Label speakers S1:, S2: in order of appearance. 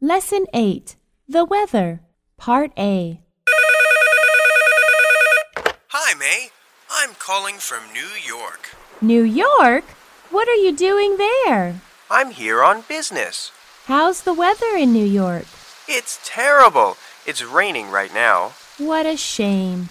S1: Lesson 8 The Weather, Part A.
S2: Hi, May. I'm calling from New York.
S1: New York? What are you doing there?
S2: I'm here on business.
S1: How's the weather in New York?
S2: It's terrible. It's raining right now.
S1: What a shame.